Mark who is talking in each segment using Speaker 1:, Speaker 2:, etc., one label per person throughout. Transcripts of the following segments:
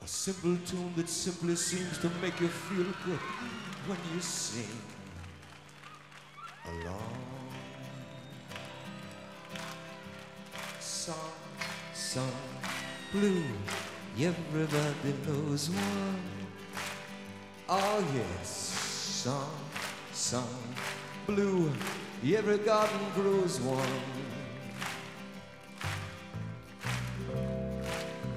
Speaker 1: A simple tune that simply seems to make you feel good when you sing along. Song, song, blue, everybody knows one. Oh yes, song, song, blue, every garden grows one.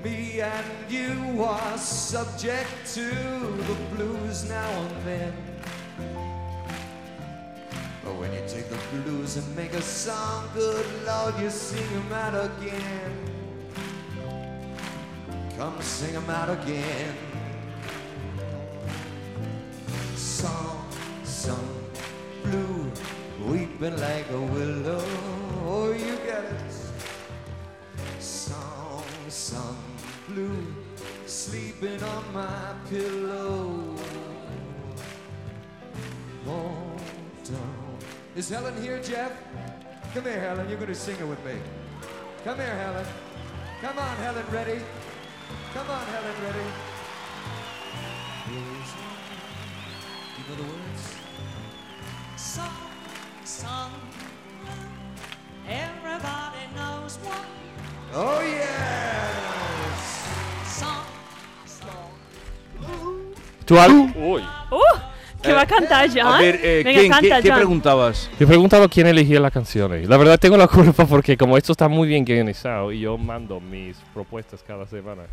Speaker 1: Me and you are subject to the blues now and then. But when you take the blues and make a song, good Lord, you sing 'em out again. Come sing 'em out again. Song, song, blue, weeping like a willow. Oh, you get it. Song, song, blue, sleeping on my pillow. Oh, down. Is Helen here, Jeff? Come here, Helen. You're going to sing it with me. Come here, Helen. Come on, Helen, ready? Come on, Helen, ready? Blues. You know the words?
Speaker 2: Song, song, everybody knows one
Speaker 1: Oh, yes!
Speaker 2: song, song.
Speaker 3: Actual.
Speaker 4: Uy.
Speaker 5: ¡Uh! Que va a cantar Jan.
Speaker 3: A ver, eh,
Speaker 5: Venga,
Speaker 3: Ken,
Speaker 5: canta,
Speaker 3: ¿qué, qué
Speaker 5: Jan.
Speaker 3: preguntabas?
Speaker 4: Yo preguntaba quién elegía las canciones. La verdad tengo la culpa porque como esto está muy bien guionizado y yo mando mis propuestas cada semana.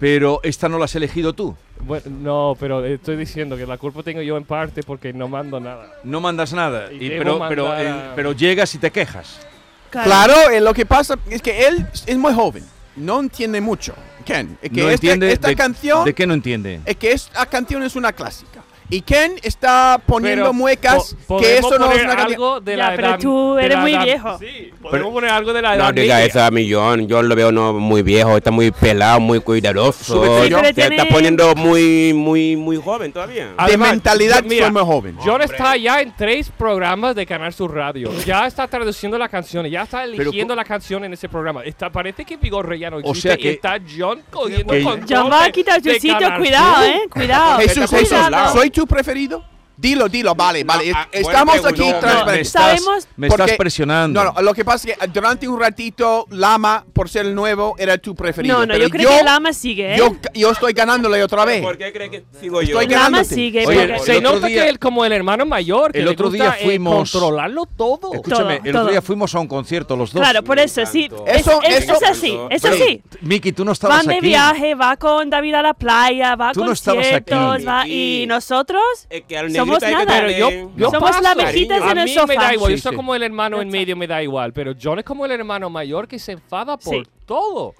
Speaker 3: Pero esta no la has elegido tú.
Speaker 4: Bueno, no, pero estoy diciendo que la culpa tengo yo en parte porque no mando nada.
Speaker 3: No mandas nada.
Speaker 4: Y
Speaker 3: y-
Speaker 4: debo
Speaker 3: pero, pero,
Speaker 4: mandar
Speaker 3: eh,
Speaker 4: a-
Speaker 3: pero llegas y te quejas.
Speaker 6: Claro, eh, lo que pasa es que él es muy joven, no entiende mucho. Ken, es que
Speaker 3: no
Speaker 6: esta,
Speaker 3: entiende
Speaker 6: esta
Speaker 3: de,
Speaker 6: canción
Speaker 3: ¿De qué no entiende?
Speaker 6: es que esta canción es una clásica. Y Ken está poniendo
Speaker 4: Pero
Speaker 6: muecas
Speaker 4: po-
Speaker 6: que
Speaker 4: podemos
Speaker 6: eso no es
Speaker 4: poner
Speaker 6: una canción.
Speaker 4: algo
Speaker 5: Ya,
Speaker 4: de la
Speaker 5: pero
Speaker 4: edad-
Speaker 5: tú
Speaker 4: de
Speaker 5: eres
Speaker 4: la
Speaker 5: muy
Speaker 4: edad-
Speaker 5: viejo.
Speaker 4: Sí, podemos poner algo de la edad
Speaker 7: No diga
Speaker 4: media.
Speaker 7: eso a millón, yo lo veo no muy viejo, está muy pelado, muy cuidadoso.
Speaker 6: Súbete,
Speaker 7: Se
Speaker 6: John.
Speaker 5: Sí, pero
Speaker 7: está
Speaker 5: tiene-
Speaker 7: poniendo muy, muy, muy joven todavía.
Speaker 6: De
Speaker 4: Además,
Speaker 6: mentalidad
Speaker 4: yo- mira,
Speaker 6: soy muy joven.
Speaker 4: John está ya en tres programas de Canal Sur Radio. Ya está traduciendo las canciones, ya está eligiendo
Speaker 3: co-
Speaker 4: la canción en ese programa. Está, parece que Vigorre ya no existe
Speaker 3: sea
Speaker 4: y
Speaker 3: que-
Speaker 4: está John cogiendo
Speaker 3: que-
Speaker 4: control
Speaker 5: Jan va a
Speaker 4: de-
Speaker 5: quitar
Speaker 4: de
Speaker 5: tu sitio.
Speaker 4: Canal
Speaker 5: Cuidado,
Speaker 4: Sur.
Speaker 5: eh. Cuidado.
Speaker 6: Jesús,
Speaker 7: Está por
Speaker 6: Jesús,
Speaker 7: todos lados.
Speaker 6: ¿soy tu preferido? Dilo, dilo, vale, vale.
Speaker 7: ah,
Speaker 6: es- Estamos
Speaker 7: buena
Speaker 6: aquí
Speaker 7: pregunta.
Speaker 3: me
Speaker 6: transparentes.
Speaker 3: estás,
Speaker 5: Sabemos-
Speaker 3: me estás
Speaker 6: porque-
Speaker 3: presionando.
Speaker 6: No, no, lo que pasa es que ah, durante un ratito, Lama, por ser el nuevo, era tu preferido.
Speaker 5: No, no,
Speaker 6: pero
Speaker 5: yo creo que Lama sigue, ¿eh?
Speaker 6: Yo, yo estoy ganándole otra vez.
Speaker 7: ¿Por qué cree que sigo yo?
Speaker 6: Estoy
Speaker 5: Lama
Speaker 6: ganándote.
Speaker 5: sigue.
Speaker 3: Oye,
Speaker 5: porque-
Speaker 3: el
Speaker 4: Se
Speaker 3: otro
Speaker 4: nota
Speaker 3: día-
Speaker 4: que él, como el hermano mayor, que
Speaker 3: El
Speaker 4: le
Speaker 3: otro
Speaker 4: gusta,
Speaker 3: día
Speaker 4: eh,
Speaker 3: fuimos-
Speaker 4: controlarlo todo.
Speaker 3: Escúchame,
Speaker 5: Todo,
Speaker 3: el otro
Speaker 5: todo.
Speaker 3: día fuimos a un concierto los dos.
Speaker 5: Claro, por eso, sí.
Speaker 7: Eso-
Speaker 5: Es- Eso,
Speaker 6: eso-
Speaker 5: es así, eso
Speaker 3: Pero,
Speaker 5: sí.
Speaker 3: Miki, tú no estabas
Speaker 5: Van de
Speaker 3: aquí.
Speaker 5: viaje, va con David a la playa, va a
Speaker 3: Tú no estabas aquí.
Speaker 5: conciertos, va- y
Speaker 7: Sí. Eh,
Speaker 5: nosotros
Speaker 7: Es que al negrito
Speaker 5: somos
Speaker 7: hay que
Speaker 5: nada.
Speaker 4: Pero
Speaker 7: darle-
Speaker 4: yo, yo
Speaker 5: Somos
Speaker 4: paso.
Speaker 5: las abejitas
Speaker 4: A
Speaker 5: en el
Speaker 4: mí
Speaker 5: sofá.
Speaker 4: me da igual, yo
Speaker 3: Sí,
Speaker 4: soy
Speaker 3: sí.
Speaker 4: como el hermano en
Speaker 5: Exacto.
Speaker 4: medio, me da igual. Pero John es como el hermano mayor que se enfada por
Speaker 5: Sí.
Speaker 4: todo.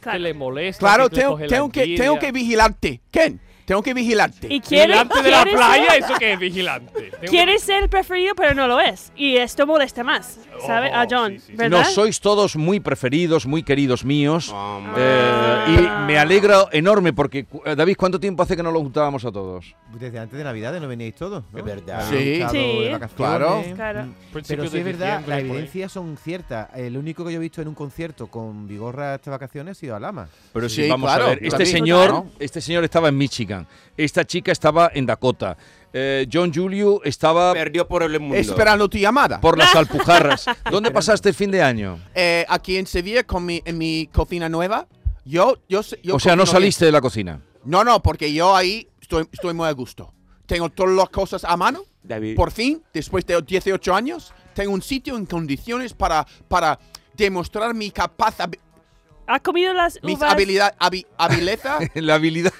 Speaker 5: Claro.
Speaker 4: Que le molesta.
Speaker 6: Claro,
Speaker 4: que le
Speaker 6: tengo,
Speaker 4: coge la
Speaker 6: tengo que, tengo
Speaker 4: envidia.
Speaker 6: que vigilarte. Ken, tengo que vigilarte.
Speaker 5: y quieres,
Speaker 4: Vigilante de la
Speaker 5: quieres
Speaker 4: playa,
Speaker 5: ser,
Speaker 4: eso que es vigilante. Tengo
Speaker 5: quieres ser el preferido, pero no lo es. Y esto molesta más, ¿sabes?
Speaker 4: Oh,
Speaker 5: a John,
Speaker 4: sí, sí, sí.
Speaker 5: ¿verdad?
Speaker 3: No, sois todos muy preferidos, muy queridos míos.
Speaker 6: Ah.
Speaker 7: Oh, man.
Speaker 3: Eh, y me alegro enorme porque, cu- eh, David, ¿cuánto tiempo hace que no lo juntábamos a todos?
Speaker 8: Desde antes de Navidades no veníais todos, ¿no?
Speaker 7: Es verdad.
Speaker 6: Sí.
Speaker 8: Estado
Speaker 5: Sí.
Speaker 8: de vacaciones.
Speaker 6: Claro.
Speaker 5: Claro.
Speaker 8: Mm.
Speaker 4: Principio
Speaker 8: Pero sí
Speaker 4: de
Speaker 8: es verdad,
Speaker 4: diciembre,
Speaker 8: las
Speaker 4: por ahí.
Speaker 8: evidencias son ciertas. El único que yo he visto en un concierto con Vigorra estas vacaciones ha sido Alama.
Speaker 3: Pero
Speaker 6: Sí,
Speaker 3: sí, vamos
Speaker 6: claro,
Speaker 3: a ver. Este
Speaker 6: David.
Speaker 3: señor,
Speaker 6: Claro.
Speaker 3: este señor estaba en Michigan. Esta chica estaba en Dakota. eh, John Julio estaba
Speaker 7: Perdió por el mundo.
Speaker 6: Esperando tu llamada.
Speaker 3: por las alpujarras. ¿Dónde pasaste el fin de año?
Speaker 6: Eh, aquí en Sevilla, con mi, en mi cocina nueva, yo... yo, sé- yo
Speaker 3: o sea, no
Speaker 6: cocino bien.
Speaker 3: saliste de la cocina.
Speaker 6: No, no, porque yo ahí estoy, estoy muy a gusto. Tengo todas las cosas a mano.
Speaker 7: David.
Speaker 6: Por fin, después de 18 años, tengo un sitio en condiciones para, para demostrar mi capaz, habi-
Speaker 5: ¿Has comido las
Speaker 6: mis
Speaker 5: uvas?
Speaker 6: habilidad, habi- habileza.
Speaker 3: La habilidad.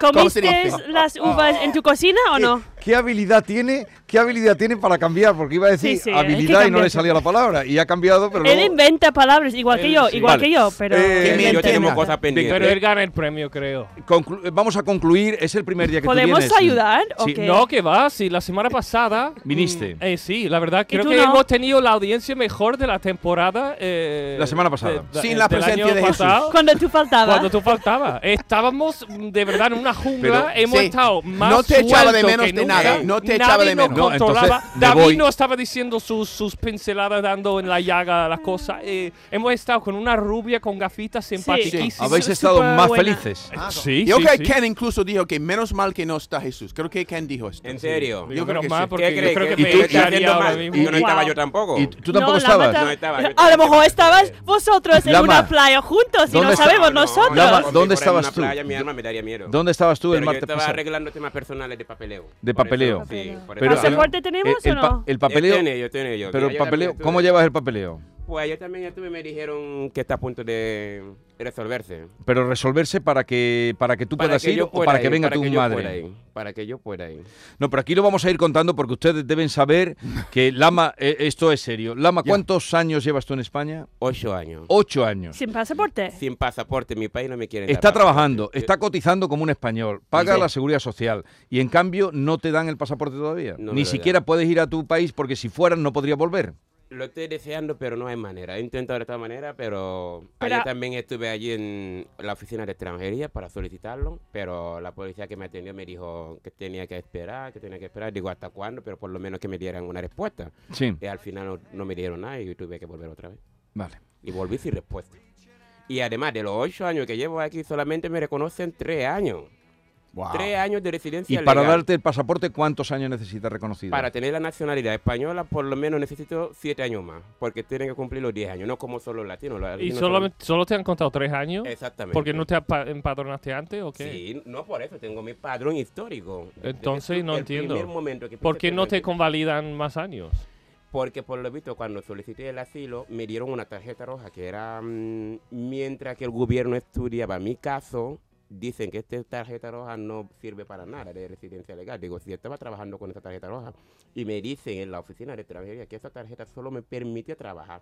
Speaker 6: ¿Cómo se
Speaker 5: ¿Comiste
Speaker 6: dice?
Speaker 5: las uvas en tu cocina o no?
Speaker 3: ¿Qué habilidad tiene? ¿Qué habilidad tiene para cambiar? Porque iba a decir
Speaker 5: Sí, sí, hay que
Speaker 3: habilidad y no
Speaker 5: cambiar.
Speaker 3: le salía la palabra. Y ha cambiado, pero
Speaker 5: Él
Speaker 3: luego-
Speaker 5: inventa palabras, igual que
Speaker 4: Él
Speaker 5: yo,
Speaker 4: sí.
Speaker 5: igual
Speaker 3: Eh, Vale.
Speaker 5: que yo, pero...
Speaker 3: Eh,
Speaker 5: inventa.
Speaker 7: Sí, yo tengo
Speaker 8: Entiendo.
Speaker 7: cosas
Speaker 4: Pero él
Speaker 7: pendientes.
Speaker 4: gana el premio, creo.
Speaker 3: Conclu- vamos a concluir, es el primer día que tú
Speaker 5: ¿Podemos
Speaker 3: vienes.
Speaker 5: ayudar o
Speaker 3: Sí,
Speaker 5: qué?
Speaker 4: No, que va, sí, la semana pasada.
Speaker 3: Viniste.
Speaker 4: mm, eh, sí, la verdad, creo
Speaker 5: tú
Speaker 4: que
Speaker 5: no?
Speaker 4: hemos tenido la audiencia mejor de la temporada. eh,
Speaker 3: La semana pasada.
Speaker 6: Sin la
Speaker 4: del
Speaker 6: presencia
Speaker 4: año
Speaker 6: de Jesús.
Speaker 4: pasado,
Speaker 5: Cuando tú faltabas.
Speaker 4: Cuando tú faltabas. Estábamos mm, de verdad en una jungla.
Speaker 3: Pero-
Speaker 4: Hemos
Speaker 6: Sí.
Speaker 4: estado más
Speaker 6: No te echaba de
Speaker 4: sueltos
Speaker 6: menos
Speaker 4: que
Speaker 6: de
Speaker 4: nunca.
Speaker 6: nada, no te
Speaker 4: Nadie
Speaker 6: echaba de
Speaker 4: nos
Speaker 6: menos.
Speaker 3: No, entonces,
Speaker 4: controlaba.
Speaker 3: me
Speaker 4: David
Speaker 3: voy.
Speaker 4: no estaba diciendo sus, sus pinceladas dando en la llaga las cosas.
Speaker 6: Mm.
Speaker 4: Eh, hemos estado con una rubia con gafitas simpaticísima.
Speaker 5: Sí,
Speaker 3: Habéis
Speaker 5: sí,
Speaker 3: estado
Speaker 5: súper
Speaker 3: más
Speaker 5: buena.
Speaker 3: felices.
Speaker 4: Sí,
Speaker 6: Ah, Yo
Speaker 4: sí,
Speaker 6: creo
Speaker 4: sí.
Speaker 6: que Ken incluso dijo que menos mal que no está Jesús. Creo que Ken dijo esto.
Speaker 7: En serio.
Speaker 4: Yo
Speaker 6: Yo
Speaker 4: creo
Speaker 6: creo
Speaker 4: que
Speaker 6: que
Speaker 4: más
Speaker 6: sí.
Speaker 4: porque yo creo que
Speaker 7: y tú estás
Speaker 4: pecaría
Speaker 7: haciendo
Speaker 4: ahora
Speaker 7: mal.
Speaker 4: mismo.
Speaker 7: Y yo no estaba
Speaker 5: Wow.
Speaker 7: yo tampoco.
Speaker 3: Y tú tampoco
Speaker 5: No,
Speaker 3: estabas.
Speaker 5: Lama,
Speaker 7: No estaba, yo
Speaker 5: A
Speaker 7: estaba.
Speaker 5: lo mejor estabas vosotros en
Speaker 3: Lama.
Speaker 5: una playa juntos y
Speaker 3: ¿Dónde
Speaker 5: no
Speaker 3: está-
Speaker 5: sabemos
Speaker 7: No, no,
Speaker 5: nosotros.
Speaker 3: Lama,
Speaker 7: porque
Speaker 3: ¿dónde
Speaker 7: por ahí en
Speaker 3: estabas tú?
Speaker 7: Una playa, mi alma me daría miedo.
Speaker 3: ¿Dónde estabas tú
Speaker 7: Pero
Speaker 3: el
Speaker 7: yo
Speaker 3: martes
Speaker 7: estaba
Speaker 3: pasado?
Speaker 7: arreglando temas personales de papeleo.
Speaker 3: De
Speaker 7: Por eso-
Speaker 3: papeleo.
Speaker 7: sí, por
Speaker 3: Pero-
Speaker 7: eso-
Speaker 5: ¿Pasaporte
Speaker 3: eh,
Speaker 5: tenemos
Speaker 3: el,
Speaker 5: o
Speaker 3: pa-
Speaker 5: no?
Speaker 3: el
Speaker 7: Yo
Speaker 3: papeleo,
Speaker 7: tenía, yo tenía, yo.
Speaker 3: pero el
Speaker 7: Ayer también
Speaker 3: papeleo,
Speaker 7: estuve-
Speaker 3: ¿cómo llevas el papeleo?
Speaker 7: Pues yo también estuve, me dijeron que está a punto de resolverse.
Speaker 3: Pero resolverse para que para que tú puedas ir
Speaker 7: yo
Speaker 3: o
Speaker 7: pueda
Speaker 3: para que
Speaker 7: ir,
Speaker 3: venga tu
Speaker 7: yo pueda
Speaker 3: madre.
Speaker 7: ir, para que yo pueda ir.
Speaker 3: No, pero aquí lo vamos a ir contando porque ustedes deben saber que Lama, eh, esto es serio. Lama, ¿cuántos años llevas tú en España?
Speaker 7: Ocho años.
Speaker 3: Ocho años.
Speaker 5: Sin pasaporte.
Speaker 7: Sin pasaporte, en mi país no me quieren. dar
Speaker 3: Está
Speaker 7: pasaporte.
Speaker 3: trabajando,
Speaker 7: Yo-
Speaker 3: está cotizando como un español, paga
Speaker 7: Sí.
Speaker 3: la seguridad social y en cambio no te dan el pasaporte todavía.
Speaker 7: No me
Speaker 3: Ni
Speaker 7: lo
Speaker 3: siquiera
Speaker 7: dan.
Speaker 3: puedes ir a tu país porque si fueras no podrías volver.
Speaker 7: Lo estoy deseando, pero no hay manera. He intentado de todas maneras, pero,
Speaker 5: Pero-
Speaker 7: ayer también estuve allí en la oficina de extranjería para solicitarlo, pero la policía que me atendió me dijo que tenía que esperar, que tenía que esperar. Digo, ¿hasta cuándo? Pero por lo menos que me dieran una respuesta.
Speaker 3: Sí,
Speaker 7: Y al final no, no me dieron nada y tuve que volver otra vez.
Speaker 3: vale.
Speaker 7: Y volví sin respuesta. Y además, de los ocho años que llevo aquí, solamente me reconocen tres años.
Speaker 6: Wow.
Speaker 7: Tres años de residencia
Speaker 3: Y para
Speaker 7: legal.
Speaker 3: darte el pasaporte, ¿cuántos años necesitas reconocido?
Speaker 7: Para tener la nacionalidad española, por lo menos necesito siete años más, porque tienen que cumplir los diez años, no como solo los latinos. los
Speaker 4: ¿Y
Speaker 7: latinos
Speaker 4: solo, solo te han contado tres años?
Speaker 7: son-
Speaker 6: Eh,
Speaker 7: Exactamente.
Speaker 4: ¿Porque no te apa- empadronaste antes o qué?
Speaker 7: Sí, no por eso, tengo mi padrón histórico. Desde
Speaker 4: Entonces,
Speaker 7: que-
Speaker 4: no
Speaker 7: el
Speaker 4: entiendo.
Speaker 7: primer momento que
Speaker 4: ¿Por
Speaker 7: puse
Speaker 4: qué no te
Speaker 7: pedante-
Speaker 4: convalidan más años?
Speaker 7: Porque por lo visto, cuando solicité el asilo, me dieron una tarjeta roja que era. mm, mientras que el gobierno estudiaba mi caso, dicen que esta tarjeta roja no sirve para nada de residencia legal. Digo, si yo estaba trabajando con esta tarjeta roja y me dicen en la oficina de extranjería que esta tarjeta solo me permite trabajar,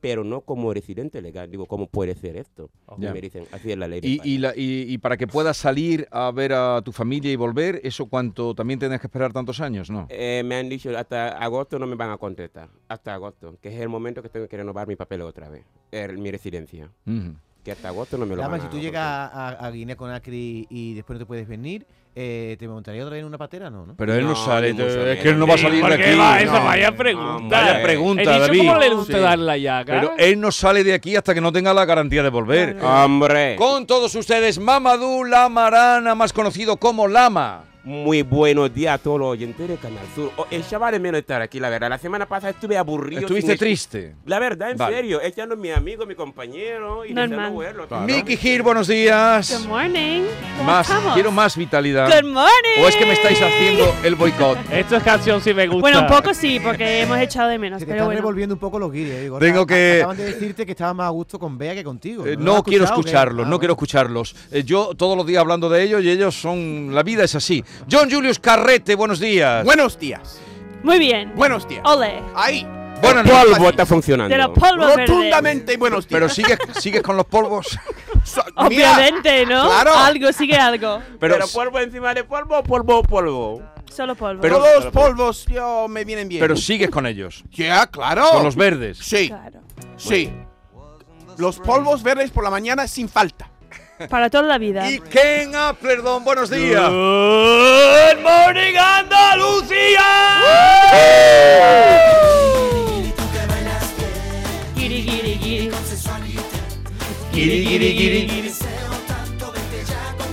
Speaker 7: pero no como residente legal. Digo, ¿cómo puede ser esto? Y
Speaker 3: Ya.
Speaker 7: me dicen, así es la ley. de
Speaker 3: Y,
Speaker 7: España.
Speaker 3: y la- y- y para que puedas salir a ver a tu familia y volver, ¿eso cuánto también tendrás que esperar tantos años? No.
Speaker 7: Eh, me han dicho hasta agosto no me van a contestar. Hasta agosto, que es el momento que tengo que renovar mi papel otra vez. el- mi residencia.
Speaker 3: Ujú.
Speaker 7: Que hasta agosto no me lo
Speaker 1: Lama,
Speaker 7: van a
Speaker 1: si tú llegas a, a- a Guinea Conakry y después no te puedes venir, eh, ¿te montaría otra vez en una patera? No, ¿no?
Speaker 3: Pero él no,
Speaker 7: No,
Speaker 3: sale,
Speaker 7: ni mucho
Speaker 3: te- es
Speaker 7: menos.
Speaker 3: que él no va a
Speaker 4: Sí,
Speaker 3: salir de
Speaker 4: porque
Speaker 3: aquí.
Speaker 4: va, esa
Speaker 3: No. Ah,
Speaker 4: vaya pregunta.
Speaker 3: Vaya pregunta,
Speaker 4: He dicho,
Speaker 3: David.
Speaker 4: ¿Cómo le gusta
Speaker 5: Sí.
Speaker 4: dar la llaga?
Speaker 3: Pero eh, él no sale de aquí hasta que no tenga la garantía de volver. Ah.
Speaker 7: Hombre,
Speaker 3: Con todos ustedes, Mamadou Lamarana, más conocido como Lama.
Speaker 7: muy buenos días a todos los oyentes de Canal Sur. Oh, echaba de menos estar aquí, la verdad. La semana pasada estuve aburrido.
Speaker 3: Estuviste
Speaker 7: sin-
Speaker 3: triste.
Speaker 7: La verdad, en
Speaker 3: Vale.
Speaker 7: serio. Echando a mi amigo, mi compañero. Y
Speaker 5: Normal.
Speaker 7: deseando verlo.
Speaker 3: Mickey Gil, buenos días.
Speaker 5: Good morning. ¿Cómo
Speaker 3: Más,
Speaker 5: estamos?
Speaker 3: quiero más vitalidad.
Speaker 5: Good morning.
Speaker 3: ¿O es que me estáis haciendo el boicot?
Speaker 4: Esta es canción si me gusta.
Speaker 5: Bueno, un poco sí, porque hemos echado de menos,
Speaker 1: Se te
Speaker 5: pero
Speaker 1: están
Speaker 5: bueno.
Speaker 1: revolviendo un poco los guiris. eh, Gorka.
Speaker 3: Tengo que-
Speaker 1: Acaban de decirte que estaba más a gusto con Bea que contigo.
Speaker 3: Eh,
Speaker 1: lo
Speaker 3: no
Speaker 1: has
Speaker 3: quiero
Speaker 1: escuchado o qué?
Speaker 3: escucharlos,
Speaker 1: Ah,
Speaker 3: no
Speaker 1: bueno.
Speaker 3: quiero escucharlos. Eh, yo todos los días hablando de ellos y ellos son... La vida es así. John Julius Carrete, buenos días.
Speaker 6: Buenos días.
Speaker 5: Muy bien.
Speaker 6: Buenos días.
Speaker 1: Oh,
Speaker 5: Ole.
Speaker 6: Ahí.
Speaker 3: Bueno,
Speaker 7: El
Speaker 3: no,
Speaker 7: polvo está funcionando.
Speaker 5: De los polvos verdes.
Speaker 6: Rotundamente buenos días.
Speaker 3: pero sigues, sigues con los polvos.
Speaker 6: So- mira,
Speaker 5: Obviamente, ¿no?
Speaker 6: Claro.
Speaker 5: Algo sigue algo.
Speaker 7: Pero,
Speaker 3: Pero,
Speaker 7: polvo encima de polvo, polvo, polvo.
Speaker 5: Solo polvo.
Speaker 3: Pero-
Speaker 6: todos los polvos yo, me vienen bien.
Speaker 3: pero sigues con ellos,
Speaker 6: Ya, claro.
Speaker 3: con los verdes.
Speaker 6: Sí,
Speaker 5: Claro.
Speaker 6: sí. Los polvos verdes por la mañana sin falta.
Speaker 5: Para toda la
Speaker 1: Oh.
Speaker 5: vida.
Speaker 3: Y Ken Applerdon, buenos días.
Speaker 4: Good morning, Andalucía.
Speaker 5: Guiri, guiri, guiri.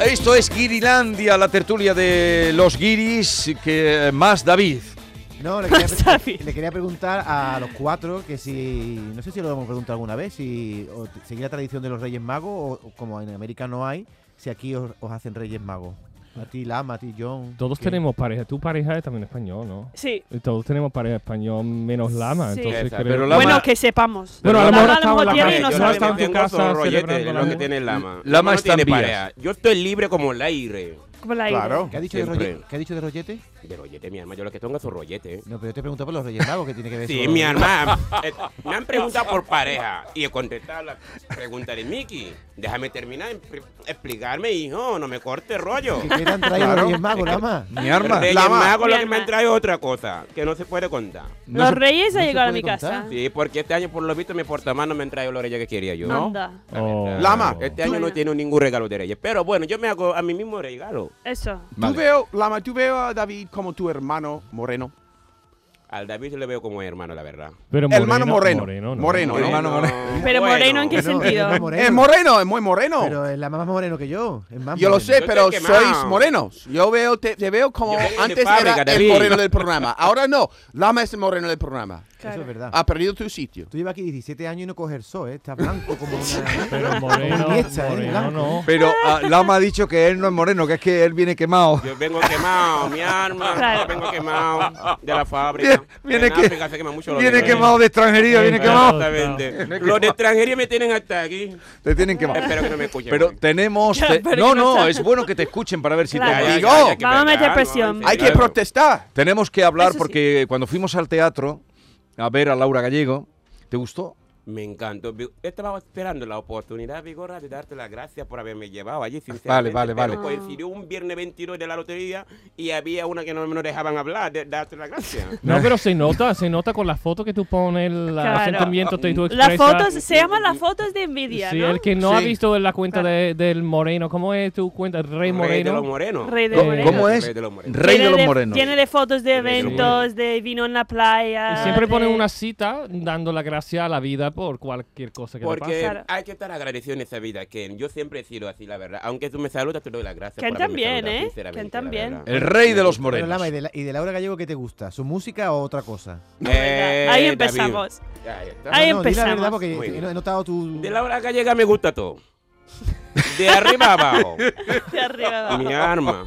Speaker 3: Esto es Guirilandia, la tertulia de los guiris, que eh, más David.
Speaker 1: No, le quería,
Speaker 5: Está
Speaker 1: pre-
Speaker 5: bien.
Speaker 1: le quería preguntar a los cuatro que si. No sé si lo hemos preguntado alguna vez, si o t- seguir la tradición de los Reyes Magos o, o como en América no hay, si aquí os, os hacen Reyes Magos. A ti, Lama, a ti, John.
Speaker 4: Todos
Speaker 1: ¿qué?
Speaker 4: tenemos pareja. Tu pareja es también español, ¿no?
Speaker 5: Sí.
Speaker 4: Todos tenemos pareja español menos Lama.
Speaker 5: Sí.
Speaker 4: Entonces
Speaker 7: Exacto.
Speaker 4: creo-
Speaker 3: Pero Lama-
Speaker 5: Bueno, que sepamos.
Speaker 4: Bueno, a lo
Speaker 5: Lama
Speaker 4: mejor estaba en la
Speaker 5: tiene y
Speaker 4: calle,
Speaker 5: no
Speaker 4: yo
Speaker 5: sabe.
Speaker 4: estaba en tu
Speaker 7: Tengo
Speaker 4: casa
Speaker 7: esos rolletes,
Speaker 4: celebrando la
Speaker 7: lo que
Speaker 4: boda.
Speaker 7: tiene Lama.
Speaker 3: Lama
Speaker 7: no
Speaker 3: está en
Speaker 7: tiene
Speaker 3: vías.
Speaker 7: pareja. Yo estoy libre como el aire.
Speaker 5: Como la
Speaker 6: Claro.
Speaker 5: aire.
Speaker 1: ¿Qué ha dicho, de
Speaker 7: Siempre.
Speaker 1: rollete? ¿Qué ha dicho de rollete?
Speaker 7: De rollete, mi alma. Yo lo que tengo es ¿eh? un rollete.
Speaker 1: No, pero yo te pregunto por los Reyes Magos, que tiene que ver
Speaker 7: Sí,
Speaker 1: eso?
Speaker 7: mi alma. eh, Me han preguntado por pareja y he contestado la pregunta de Miki. Déjame terminar, en pri- explicarme, hijo. No me corte rollo.
Speaker 1: ¿Qué te han traído los Reyes Magos, Lama?
Speaker 3: Mi arma.
Speaker 7: Reyes
Speaker 6: Lama.
Speaker 7: Magos lo que
Speaker 5: Bien,
Speaker 7: me han
Speaker 5: ma.
Speaker 7: traído es otra cosa que no se puede contar.
Speaker 3: No
Speaker 5: Los
Speaker 3: se-
Speaker 5: reyes
Speaker 1: no
Speaker 5: han
Speaker 1: se
Speaker 5: llegado a
Speaker 1: puede
Speaker 5: mi casa.
Speaker 1: contar.
Speaker 7: Sí, porque este año por lo visto mi portamano me han traído los reyes que quería yo.
Speaker 5: Anda.
Speaker 4: Oh.
Speaker 6: Lama.
Speaker 7: Este año no
Speaker 5: Bueno.
Speaker 7: tiene ningún regalo de reyes. Pero bueno, yo me hago a mí mismo regalo.
Speaker 6: veo.
Speaker 5: Eso.
Speaker 3: Vale.
Speaker 6: Tú veo, Lama, tú veo a David como tu hermano moreno.
Speaker 7: Al David le veo como hermano, la verdad.
Speaker 4: Pero
Speaker 6: hermano moreno.
Speaker 4: Moreno, no.
Speaker 6: Moreno, ¿no?
Speaker 3: Hermano
Speaker 7: Bueno.
Speaker 5: Pero moreno, ¿en qué
Speaker 1: Pero es
Speaker 5: sentido?
Speaker 1: más
Speaker 6: Es moreno, es muy moreno.
Speaker 1: Pero es la más moreno que yo. Es más
Speaker 6: Yo lo
Speaker 1: moreno.
Speaker 6: sé,
Speaker 7: Yo te
Speaker 6: pero
Speaker 7: he quemado.
Speaker 6: sois morenos. Yo veo, te, te veo como
Speaker 7: Yo vengo de
Speaker 6: antes
Speaker 7: fábrica,
Speaker 6: era el
Speaker 7: David.
Speaker 6: moreno del programa. Ahora no. Lama es el moreno del programa.
Speaker 1: Eso es verdad.
Speaker 6: Ha perdido tu sitio.
Speaker 1: Tú llevas aquí 17 años y no coges sol, ¿eh? Estás blanco como una...
Speaker 4: Pero moreno,
Speaker 1: Iniesta, ¿eh?
Speaker 4: moreno
Speaker 1: Blanco.
Speaker 4: no.
Speaker 3: Pero ah, Lama ha dicho que él no es moreno, que es que él viene quemado.
Speaker 7: Yo vengo quemado, mi arma.
Speaker 5: Claro.
Speaker 7: Vengo quemado de la fábrica.
Speaker 3: Viene
Speaker 7: En
Speaker 3: que-
Speaker 7: África se quema mucho lo ¿eh?
Speaker 3: Viene
Speaker 7: de-
Speaker 3: quemado de extranjería, viene quemado.
Speaker 7: Exactamente. Los de extranjería me tienen hasta aquí.
Speaker 3: Te tienen quemado.
Speaker 7: Espero que no me escuchen.
Speaker 3: Pero tenemos.
Speaker 5: Ya,
Speaker 3: te-
Speaker 5: pero
Speaker 3: no,
Speaker 5: que no
Speaker 3: no,
Speaker 5: sea-
Speaker 3: es bueno que te escuchen para ver si
Speaker 5: Claro.
Speaker 3: tomas.
Speaker 6: Ya, ya. Digo,
Speaker 7: hay que
Speaker 5: vamos a meter
Speaker 7: pelear, ¿no?
Speaker 5: presión.
Speaker 6: Hay que
Speaker 7: Claro.
Speaker 6: protestar.
Speaker 3: Tenemos que
Speaker 5: Eso
Speaker 3: hablar
Speaker 5: sí.
Speaker 3: porque cuando fuimos al teatro a ver a Laura Gallego, ¿te gustó?
Speaker 7: Me encantó. Vi- Estaba esperando la oportunidad, Vigorra, de darte las gracias por haberme llevado allí, sinceramente.
Speaker 3: vale, vale.
Speaker 7: Pero coincidió un viernes 22 de la lotería y había una que no me dejaban hablar, de darte las gracias.
Speaker 4: No, pero se nota, se nota con las fotos que tú pones, el
Speaker 5: Claro.
Speaker 4: sentimiento que tú
Speaker 5: Las
Speaker 4: expresas.
Speaker 5: fotos, se llaman las fotos de envidia,
Speaker 4: Sí,
Speaker 5: ¿no?
Speaker 4: el que no ha
Speaker 6: Sí.
Speaker 4: visto la cuenta
Speaker 5: Claro.
Speaker 4: de- del Moreno, ¿cómo es tu cuenta? Rey
Speaker 7: Rey de los
Speaker 4: Moreno.
Speaker 7: morenos.
Speaker 5: Rey de
Speaker 4: Eh,
Speaker 5: Moreno.
Speaker 3: ¿Cómo es?
Speaker 7: Rey de los morenos.
Speaker 3: Rey
Speaker 5: Tiene
Speaker 3: de los morenos.
Speaker 5: Tiene de fotos de
Speaker 7: Rey de los
Speaker 5: eventos, de vino en la playa.
Speaker 4: Y siempre
Speaker 5: de-
Speaker 4: ponen una cita dando la gracia a la vida por cualquier cosa que
Speaker 7: Porque
Speaker 4: le
Speaker 5: Claro.
Speaker 7: hay que estar agradecido en esa vida, Ken. Yo siempre he sido así, la verdad. Aunque tú me saludas, te doy las gracias.
Speaker 5: Ken
Speaker 7: por haberme
Speaker 5: también,
Speaker 7: saludado,
Speaker 5: ¿eh?
Speaker 7: sinceramente,
Speaker 5: Ken
Speaker 7: la
Speaker 5: también.
Speaker 7: verdad. Eh,
Speaker 3: El rey de los
Speaker 1: Pero, Lama, ¿y
Speaker 3: morenos.
Speaker 1: de, la- ¿y de Laura Gallego qué te gusta? ¿Su música o otra cosa?
Speaker 7: Eh,
Speaker 5: Ahí
Speaker 7: David.
Speaker 5: empezamos.
Speaker 7: Ahí está.
Speaker 5: Ahí em-
Speaker 1: no, di la
Speaker 5: empezamos.
Speaker 1: verdad porque
Speaker 7: Muy bien.
Speaker 1: he notado tu...
Speaker 7: De la hora gallega me gusta todo. De arriba abajo.
Speaker 5: De arriba abajo.
Speaker 7: mi arma.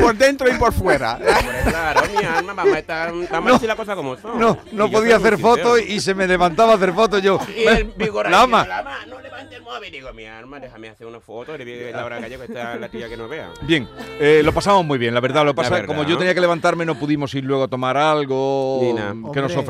Speaker 6: Por dentro y por fuera.
Speaker 7: Hombre, claro, mi arma. Vamos a, estar, vamos a decir las cosas como son.
Speaker 3: No, no podía
Speaker 7: Y yo soy muy
Speaker 3: hacer fotos
Speaker 7: sincero.
Speaker 3: y se me levantaba a hacer fotos yo.
Speaker 7: Y el vigor ahí
Speaker 3: Lama.
Speaker 7: dice, Lama, no levante el móvil. Digo, mi arma, déjame hacer una foto. Le vi la hora gallega que está la tía que no vea.
Speaker 3: Bien, eh, lo pasamos muy bien, la verdad. Lo pasa,
Speaker 7: verdad,
Speaker 3: como yo
Speaker 7: ¿no?
Speaker 3: tenía que levantarme, no pudimos ir luego a tomar algo
Speaker 7: Ni nada.
Speaker 3: que nos
Speaker 1: Hombre, Tenía que haberlo